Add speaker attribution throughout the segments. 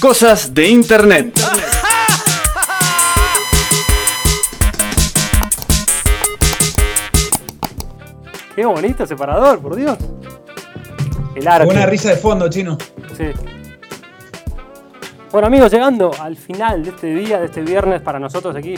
Speaker 1: Cosas de Internet.
Speaker 2: Qué bonito separador, por Dios. El arte.
Speaker 3: Una risa de fondo, chino.
Speaker 2: Sí. Bueno amigos, llegando al final de este día, de este viernes para nosotros aquí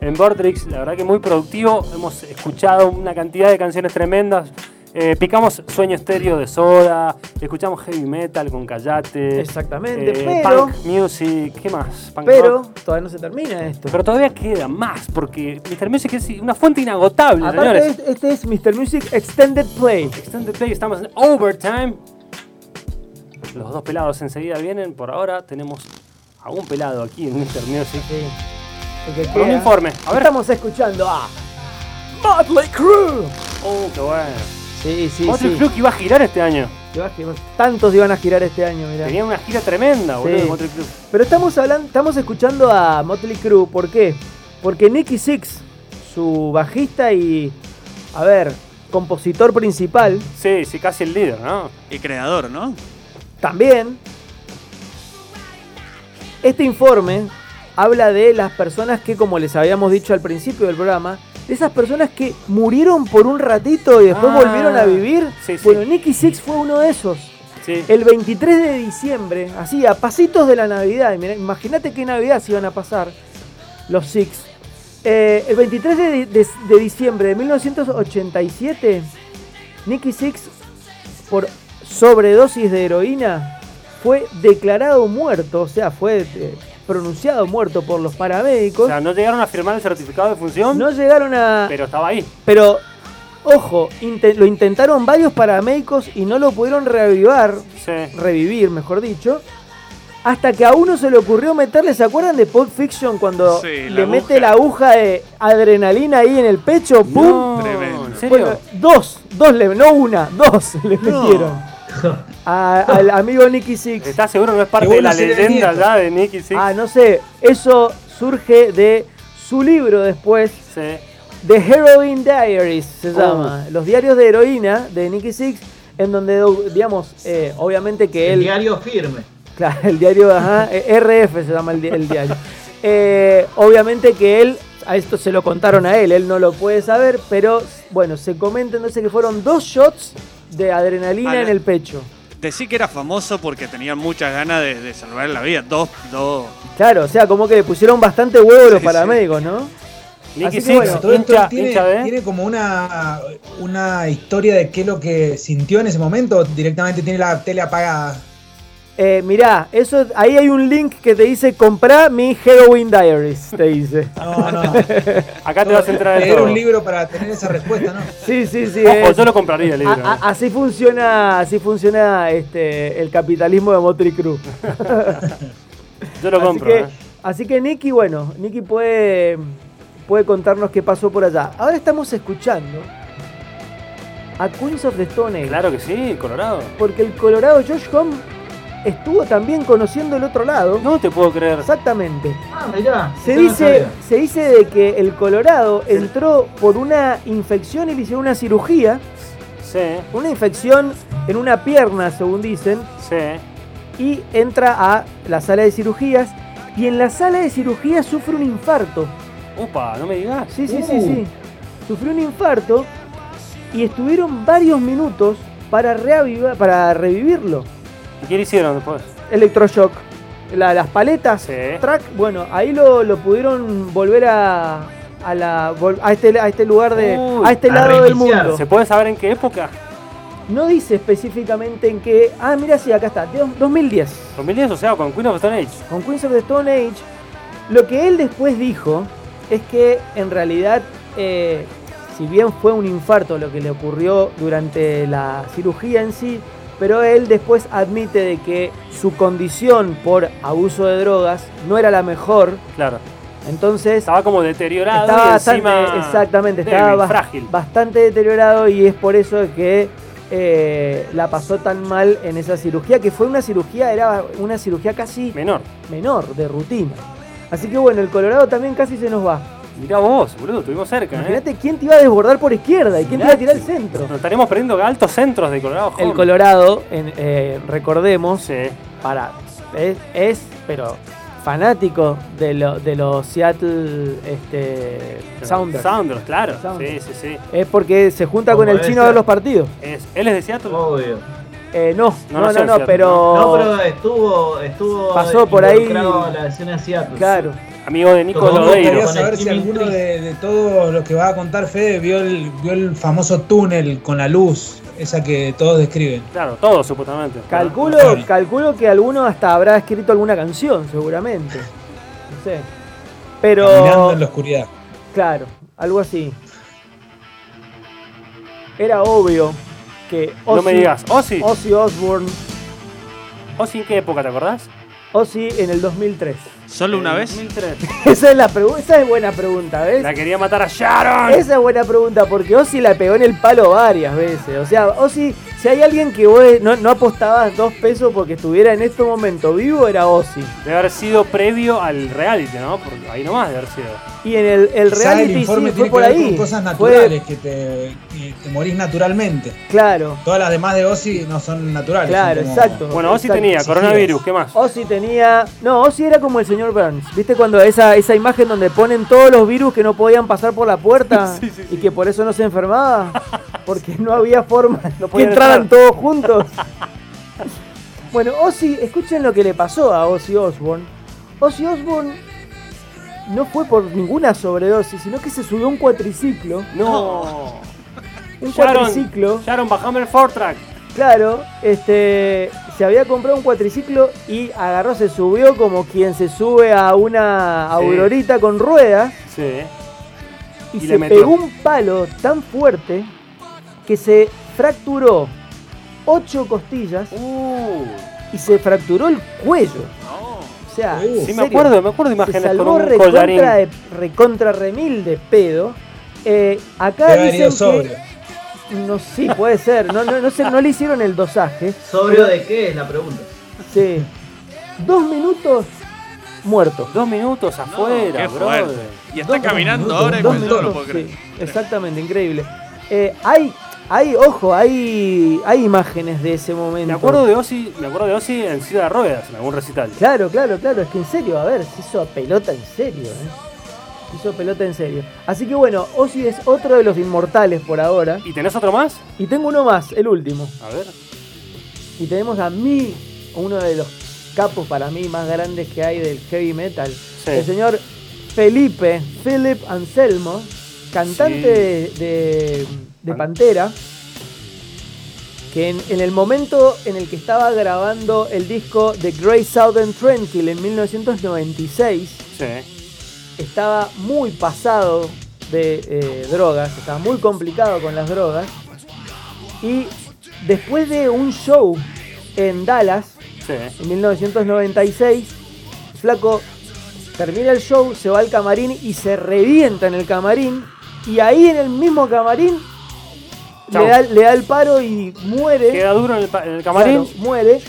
Speaker 2: en Vortrix, la verdad que muy productivo, hemos escuchado una cantidad de canciones tremendas, Eh, picamos Sueño Estéreo de Soda, escuchamos Heavy Metal con Callate,
Speaker 4: Exactamente,
Speaker 2: eh,
Speaker 4: pero-
Speaker 2: Punk Music, ¿qué más? Punk
Speaker 4: Pero
Speaker 2: rock.
Speaker 4: todavía no se termina esto.
Speaker 2: Pero todavía queda más, porque Mr. Music es una fuente inagotable,
Speaker 4: Aparte,
Speaker 2: señores.
Speaker 4: este, este es Mr. Music Extended Play.
Speaker 2: Extended Play, estamos en Overtime. Los dos pelados enseguida vienen, por ahora tenemos a un pelado aquí en Mr. Music.
Speaker 4: Porque
Speaker 2: Con un
Speaker 4: queda-
Speaker 2: informe, a ver.
Speaker 4: Estamos escuchando a Motley Crue.
Speaker 2: Oh, qué bueno.
Speaker 4: Sí, sí,
Speaker 2: Motley
Speaker 4: sí.
Speaker 2: Crue que iba a girar este año.
Speaker 4: Te vas que- Tantos iban a girar este año, mirá.
Speaker 2: Tenía una gira tremenda, boludo,
Speaker 4: Sí.
Speaker 2: Motley Crue.
Speaker 4: Pero estamos hablando, estamos escuchando a Motley Crue, ¿por qué? Porque Nicky Six, su bajista y a ver, compositor principal,
Speaker 2: Sí, sí, casi el líder, ¿no?
Speaker 5: Y creador, ¿no?
Speaker 4: también este informe habla de las personas que, como les habíamos dicho al principio del programa, de esas personas que murieron por un ratito y después
Speaker 2: Ah,
Speaker 4: volvieron a vivir.
Speaker 2: sí, sí.
Speaker 4: Bueno, Nicky Six fue uno de esos.
Speaker 2: Sí.
Speaker 4: El 23 de diciembre, así a pasitos de la Navidad, y mirá, imagínate qué Navidad se iban a pasar los Six. Eh, el 23 de, de- de diciembre de 1987, Nicky Six, por sobredosis de heroína, fue declarado muerto, o sea, fue eh, pronunciado muerto por los
Speaker 2: O
Speaker 4: paramédicos.
Speaker 2: sea, no llegaron a firmar el certificado de función,
Speaker 4: No llegaron a,
Speaker 2: pero estaba ahí.
Speaker 4: pero, ojo, inte- lo intentaron varios paramédicos y no lo pudieron reavivar,
Speaker 2: Sí.
Speaker 4: revivir, mejor dicho. Hasta que a uno se le ocurrió meterle, ¿se acuerdan de Pulp Fiction cuando
Speaker 5: Sí,
Speaker 4: le
Speaker 5: la
Speaker 4: mete
Speaker 5: aguja.
Speaker 4: la aguja de adrenalina ahí en el pecho? ¡Pum!
Speaker 2: No,
Speaker 5: Tremendo.
Speaker 2: ¿En serio?
Speaker 4: Bueno, dos, dos le, no una, dos le metieron. A- al amigo Nicky Six.
Speaker 2: ¿Estás seguro que no es parte de
Speaker 3: Seguro
Speaker 2: la
Speaker 3: será el
Speaker 2: leyenda
Speaker 3: nieto.
Speaker 2: ya de Nicky Six?
Speaker 4: Ah, no sé, eso surge de su libro después,
Speaker 2: Sí.
Speaker 4: The Heroin Diaries se
Speaker 2: Oh.
Speaker 4: llama. Los diarios de heroína de Nicky Six, en donde, digamos, eh, obviamente que
Speaker 6: El
Speaker 4: él.
Speaker 6: diario firme.
Speaker 4: Claro, el diario, ajá, eh, RF se llama el, di- el diario. Eh, obviamente que él, a esto se lo contaron a él, él no lo puede saber, pero bueno, se comenta entonces que fueron dos shots de adrenalina
Speaker 2: Ah,
Speaker 5: Vale.
Speaker 4: en el pecho.
Speaker 5: Decí que era famoso porque tenía muchas ganas de, de salvar la vida. Dos, dos.
Speaker 4: Claro, o sea, como que le pusieron bastante huevo los
Speaker 5: Sí,
Speaker 4: paramédicos, ¿no?
Speaker 2: Nicky
Speaker 4: Así que
Speaker 2: Six,
Speaker 4: bueno,
Speaker 3: Todo esto
Speaker 2: hincha,
Speaker 3: tiene,
Speaker 2: hincha ¿eh? de...
Speaker 3: tiene como una, una historia de qué es lo que sintió en ese momento. Directamente tiene la tele apagada.
Speaker 4: Eh, mirá, eso, ahí hay un link que te dice, comprá mi Heroin Diaries, te dice.
Speaker 3: No, no.
Speaker 2: Acá te vas a entrar en
Speaker 3: Leer
Speaker 2: todo.
Speaker 3: un libro para tener esa respuesta, ¿no?
Speaker 4: Sí, sí, sí.
Speaker 2: Ojo,
Speaker 4: es-
Speaker 2: yo lo compraría el libro. eh.
Speaker 4: A- a- así funciona, así funciona este, el capitalismo de Motley Crue.
Speaker 2: Yo lo
Speaker 4: así,
Speaker 2: compro.
Speaker 4: que,
Speaker 2: eh.
Speaker 4: así que Nicky, bueno, Nicky puede, puede contarnos qué pasó por allá. Ahora estamos escuchando a Queens of the Stone Age,
Speaker 2: Claro que sí, Colorado.
Speaker 4: porque el Colorado Josh Home estuvo también conociendo el otro lado.
Speaker 2: No te puedo creer.
Speaker 4: Exactamente.
Speaker 6: Ah, mirá.
Speaker 4: Se
Speaker 6: esto no
Speaker 4: dice,
Speaker 6: sabía.
Speaker 4: se dice de que el Colorado entró por una infección y le hicieron una cirugía,
Speaker 2: Sí,
Speaker 4: una infección en una pierna, según dicen,
Speaker 2: sí.
Speaker 4: y entra a la sala de cirugías y en la sala de cirugías sufre un infarto.
Speaker 2: Upa, no me digas.
Speaker 4: Sí, sí, sí, sí. Sufrió un infarto y estuvieron varios minutos para, reavivar, para revivirlo.
Speaker 2: ¿Y qué le hicieron después?
Speaker 4: Electroshock. La- las paletas,
Speaker 2: Sí.
Speaker 4: track, bueno, ahí lo, lo pudieron volver a, a, la, vol- a, este, a este lugar de.
Speaker 2: Uy,
Speaker 4: a este
Speaker 6: a
Speaker 4: lado del
Speaker 6: reiniciar.
Speaker 4: mundo.
Speaker 2: ¿Se puede saber en qué época?
Speaker 4: No dice específicamente en qué. Ah, mira, sí, acá está, de- 2010.
Speaker 2: 2010, o sea, con Queen of Stone Age.
Speaker 4: con Queens of the Stone Age, lo que él después dijo es que en realidad, eh, si bien fue un infarto lo que le ocurrió durante la cirugía en sí, pero él después admite de que su condición por abuso de drogas no era la mejor,
Speaker 2: Claro.
Speaker 4: entonces
Speaker 2: Estaba como deteriorado
Speaker 4: estaba
Speaker 2: y
Speaker 4: bastante,
Speaker 2: encima...
Speaker 4: exactamente,
Speaker 2: débil,
Speaker 4: estaba bas-
Speaker 2: frágil.
Speaker 4: bastante deteriorado y es por eso que eh, la pasó tan mal en esa cirugía, que fue una cirugía, era una cirugía casi
Speaker 2: Menor.
Speaker 4: menor, de rutina. Así que bueno, el Colorado también casi se nos va.
Speaker 2: Mirá vos, boludo, estuvimos cerca, ¿eh?
Speaker 4: Imagínate quién te iba a desbordar por izquierda y quién te iba a tirar al centro.
Speaker 2: Nos estaremos perdiendo altos centros de Colorado.
Speaker 4: El
Speaker 2: joven.
Speaker 4: Colorado, en- eh, recordemos,
Speaker 2: Sí.
Speaker 4: para Es, es, pero fanático de, lo- de los Seattle este, Sounders.
Speaker 2: Sounders, claro.
Speaker 4: Sounders.
Speaker 2: Sí, sí, sí.
Speaker 4: Es porque se junta
Speaker 6: Como
Speaker 4: con el
Speaker 6: debe
Speaker 4: chino a ver
Speaker 6: ser.
Speaker 4: los partidos.
Speaker 2: Es, ¿Él es de Seattle?
Speaker 4: Oh.
Speaker 6: Obvio.
Speaker 4: Eh, no,
Speaker 2: No,
Speaker 4: no,
Speaker 2: no
Speaker 4: no,
Speaker 2: soy
Speaker 4: no,
Speaker 2: Seattle,
Speaker 4: pero,
Speaker 6: No, pero estuvo, estuvo
Speaker 4: Pasó por ahí.
Speaker 6: involucrado la escena asiática.
Speaker 4: Claro.
Speaker 2: Amigo de Nico
Speaker 6: Todo el mundo
Speaker 2: Lodeiro.
Speaker 3: Quería
Speaker 6: con el
Speaker 3: saber si
Speaker 6: streaming
Speaker 3: alguno
Speaker 6: triste.
Speaker 3: de, de todos los que va a contar Fede vio el, vio el famoso túnel con la luz, esa que todos describen.
Speaker 2: Claro, todo supuestamente.
Speaker 4: Calculo,
Speaker 3: Claro.
Speaker 4: calculo que alguno hasta habrá escrito alguna canción, seguramente. No sé.
Speaker 3: Caminando
Speaker 4: Pero.
Speaker 3: en la oscuridad.
Speaker 4: Claro, algo así. Era obvio que Ozzy,
Speaker 2: No me digas. Ozzy.
Speaker 4: Ozzy Osbourne,
Speaker 2: Ozzy en qué época, ¿te acordás? Eh,
Speaker 4: Ozzy en el 2003.
Speaker 5: ¿Solo una
Speaker 2: En
Speaker 5: vez?
Speaker 2: 2003.
Speaker 4: Esa es la pregu- esa es buena pregunta, ¿ves?
Speaker 2: La quería matar a Sharon.
Speaker 4: Esa es buena pregunta, porque Ozzy la pegó en el palo varias veces. O sea, Ozzy, si hay alguien que vos no, no apostabas dos pesos porque estuviera en este momento vivo, era Ozzy.
Speaker 2: Debe haber sido previo al reality, ¿no? Porque ahí nomás debe haber sido.
Speaker 4: Y en el, el
Speaker 3: Quizá
Speaker 4: reality
Speaker 3: el informe
Speaker 4: sí, fue
Speaker 3: tiene
Speaker 4: por
Speaker 3: que ver
Speaker 4: ahí.
Speaker 3: con cosas
Speaker 4: Fue-
Speaker 3: naturales que te, que te morís naturalmente.
Speaker 4: claro,
Speaker 3: Todas las demás de Ozzy no son naturales.
Speaker 4: claro,
Speaker 3: son como-
Speaker 4: exacto.
Speaker 2: Bueno, Ozzy
Speaker 4: exacto.
Speaker 2: tenía
Speaker 3: Sí,
Speaker 2: coronavirus,
Speaker 3: sí.
Speaker 2: ¿qué más?
Speaker 4: Ozzy tenía. No, Ozzy era como el señor Burns. ¿Viste cuando esa, esa imagen donde ponen todos los virus que no podían pasar por la puerta y que por eso no se enfermaba? Porque no había forma
Speaker 2: No
Speaker 4: que
Speaker 2: podían
Speaker 4: entraran
Speaker 2: entrar.
Speaker 4: todos juntos. bueno, Ozzy, escuchen lo que le pasó a Ozzy Osbourne. Ozzy Osbourne no fue por ninguna sobredosis, sino que se subió a un cuatriciclo.
Speaker 2: No.
Speaker 4: Un cuatriciclo.
Speaker 2: Sharon, Sharon, bajame el Fortrack.
Speaker 4: Claro, este se había comprado un cuatriciclo y agarró, se subió como quien se sube a una
Speaker 2: Sí.
Speaker 4: aurorita con ruedas
Speaker 2: Sí.
Speaker 4: y,
Speaker 2: Y le
Speaker 4: se
Speaker 2: metió.
Speaker 4: pegó un palo tan fuerte que se fracturó ocho costillas
Speaker 2: Uh.
Speaker 4: y se fracturó el cuello. O sea,
Speaker 3: Uh.
Speaker 4: en
Speaker 2: Sí, me
Speaker 4: serio,
Speaker 2: acuerdo, me acuerdo de
Speaker 4: se
Speaker 2: imágenes con
Speaker 4: salvó
Speaker 2: un collarín.
Speaker 4: recontra, de, recontra remil de pedo. Eh, acá
Speaker 3: Debe haber
Speaker 4: dicen
Speaker 3: ido
Speaker 4: que-
Speaker 3: sobrio.
Speaker 4: no sí puede ser, no, no, no sé, no le hicieron el dosaje.
Speaker 6: ¿Sobrio de qué es la pregunta?
Speaker 4: Sí. Dos minutos muerto.
Speaker 2: Dos minutos afuera,
Speaker 5: Qué
Speaker 2: brother.
Speaker 5: fuerte. Y está
Speaker 4: Dos
Speaker 5: caminando
Speaker 3: minutos,
Speaker 5: ahora y
Speaker 4: Dos
Speaker 5: cuando no lo
Speaker 4: minutos.
Speaker 5: puedo
Speaker 4: sí,
Speaker 5: creer.
Speaker 4: exactamente, increíble. Eh, hay, hay, ojo, hay, hay imágenes de ese momento.
Speaker 2: Me acuerdo de Ozzy, me acuerdo de Ozzy en Ciudad de Ruedas, en algún recital.
Speaker 4: Claro, claro, claro. Es que en serio, a ver, se hizo a pelota en serio. ¿eh? Se hizo a pelota en serio. Así que bueno, Ozzy es otro de los inmortales por ahora.
Speaker 2: ¿Y tenés otro más?
Speaker 4: Y tengo uno más, el último.
Speaker 2: A ver.
Speaker 4: Y tenemos a mí, uno de los capos para mí más grandes que hay del heavy metal. El señor Felipe, Philip Anselmo, cantante de, de- de Pantera, que en, en el momento en el que estaba grabando el disco The Grey Southern Tranquil en 1996,
Speaker 2: Sí.
Speaker 4: estaba muy pasado de eh, drogas, estaba muy complicado con las drogas. Y después de un show en Dallas,
Speaker 2: Sí.
Speaker 4: en 1996, Flaco termina el show, se va al camarín y se revienta en el camarín. Y ahí en el mismo camarín
Speaker 2: Chau.
Speaker 4: le da, le da el paro y muere.
Speaker 2: Queda duro en el, pa- en el camarín.
Speaker 4: Claro, muere.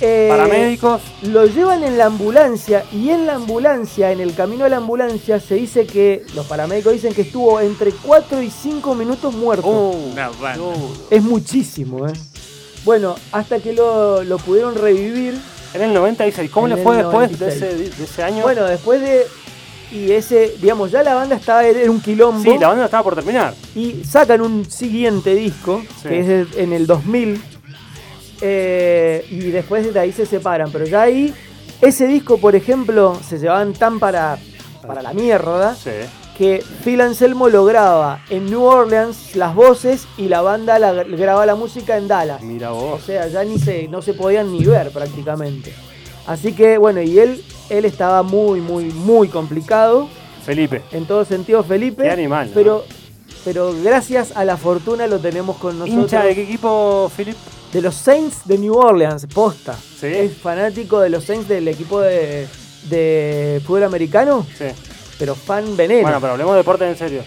Speaker 4: Eh,
Speaker 2: Paramédicos.
Speaker 4: lo llevan en la ambulancia y en la ambulancia, en el camino a la ambulancia, se dice que, los paramédicos dicen que estuvo entre 4 y 5 minutos muerto.
Speaker 2: Uh,
Speaker 5: Una banda.
Speaker 2: uh.
Speaker 4: Es muchísimo, ¿eh? Bueno, hasta que lo, lo pudieron revivir.
Speaker 2: En el 96. ¿Cómo
Speaker 4: En
Speaker 2: le
Speaker 4: el
Speaker 2: fue después de
Speaker 4: 96.
Speaker 2: ese, de ese año?
Speaker 4: Bueno, después de. Y ese, digamos, ya la banda estaba en en un quilombo.
Speaker 2: sí, la banda estaba por terminar.
Speaker 4: y sacan un siguiente disco,
Speaker 2: Sí.
Speaker 4: que es el- en el 2000, eh, y después de ahí se separan. Pero ya ahí, ese disco, por ejemplo, se llevaban tan para, para la mierda
Speaker 2: Sí.
Speaker 4: que Phil Anselmo lo graba en New Orleans las voces y la banda la, graba la música en Dallas.
Speaker 2: Mira
Speaker 4: O
Speaker 2: vos.
Speaker 4: sea, ya ni se, no se podían ni ver prácticamente. Así que, bueno, y él, él estaba muy, muy, muy complicado
Speaker 2: Felipe.
Speaker 4: en todo sentido Felipe.
Speaker 2: Qué animal, ¿no?
Speaker 4: Pero, pero gracias a la fortuna lo tenemos con nosotros.
Speaker 2: ¿Hincha de qué equipo, Felipe?
Speaker 4: De los Saints de New Orleans, posta.
Speaker 2: Sí.
Speaker 4: Es fanático de los Saints del equipo de, de fútbol americano,
Speaker 2: Sí.
Speaker 4: pero fan veneno.
Speaker 2: Bueno, pero hablemos de deporte en serio.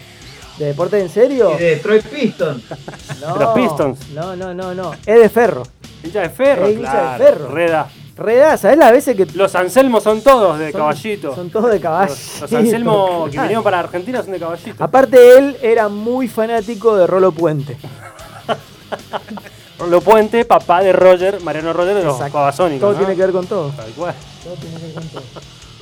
Speaker 4: ¿De deporte en serio?
Speaker 6: Y de Troy Piston.
Speaker 4: No,
Speaker 2: de los Pistons.
Speaker 4: No, no, no, no. Es de ferro.
Speaker 2: Hincha de ferro.
Speaker 4: Es Eh, hincha
Speaker 2: claro.
Speaker 4: de Ferro.
Speaker 2: Reda.
Speaker 4: Reda, ¿sabés las veces que.
Speaker 2: Los Anselmos son todos de
Speaker 4: son-
Speaker 2: caballito.
Speaker 4: Son todos de caballo.
Speaker 2: Los, los Anselmo que vinieron para Argentina son de
Speaker 4: Ah.
Speaker 2: caballito.
Speaker 4: Aparte, él era muy fanático de Rolo Puente.
Speaker 2: Lo Puente, papá de Roger, Mariano Roger de los
Speaker 4: Exacto.
Speaker 2: Babasónicos.
Speaker 4: Todo
Speaker 2: ¿no?
Speaker 4: tiene que ver con todo.
Speaker 2: Tal cual.
Speaker 4: Todo tiene que ver con todo.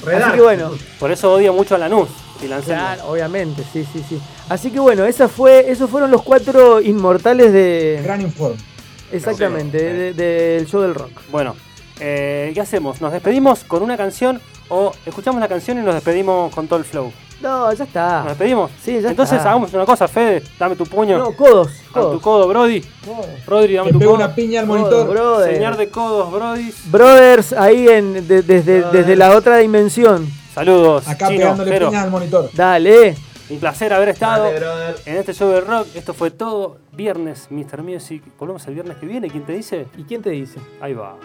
Speaker 6: Redar.
Speaker 4: Así que bueno.
Speaker 2: Por eso odia mucho a Lanús, Phil Anselmo.
Speaker 4: Claro, obviamente, sí, sí, sí. Así que bueno, esa fue, esos fueron los cuatro inmortales de.
Speaker 3: Gran informe.
Speaker 4: Exactamente, de- de- del show del rock.
Speaker 2: Bueno, eh, ¿qué hacemos? ¿Nos despedimos con una canción o escuchamos la canción y nos despedimos con todo el flow?
Speaker 4: No, ya
Speaker 2: ¿Nos
Speaker 4: está.
Speaker 2: despedimos?
Speaker 4: Ah. Sí, ya
Speaker 2: Entonces
Speaker 4: está.
Speaker 2: hagamos una cosa, Fede, dame tu puño.
Speaker 4: No, codos,
Speaker 2: Dame tu
Speaker 4: codos.
Speaker 2: codo, Brody. Brody, dame
Speaker 3: Le
Speaker 2: tu
Speaker 3: pego
Speaker 2: codo.
Speaker 3: una piña al
Speaker 4: Codos,
Speaker 3: monitor.
Speaker 4: brother.
Speaker 2: Señor de codos, Brody.
Speaker 4: Brothers ahí en, de- desde, desde la otra dimensión.
Speaker 2: Saludos,
Speaker 3: Acá
Speaker 2: Chino,
Speaker 3: pegándole
Speaker 2: Jero.
Speaker 3: piñas al monitor.
Speaker 4: Dale.
Speaker 2: Un placer haber estado
Speaker 6: Dale, brother.
Speaker 2: en este show de rock. Esto fue todo. Viernes, Mr. Music. Volvemos el viernes que viene. ¿Quién te dice?
Speaker 4: ¿Y quién te dice?
Speaker 2: Ahí va.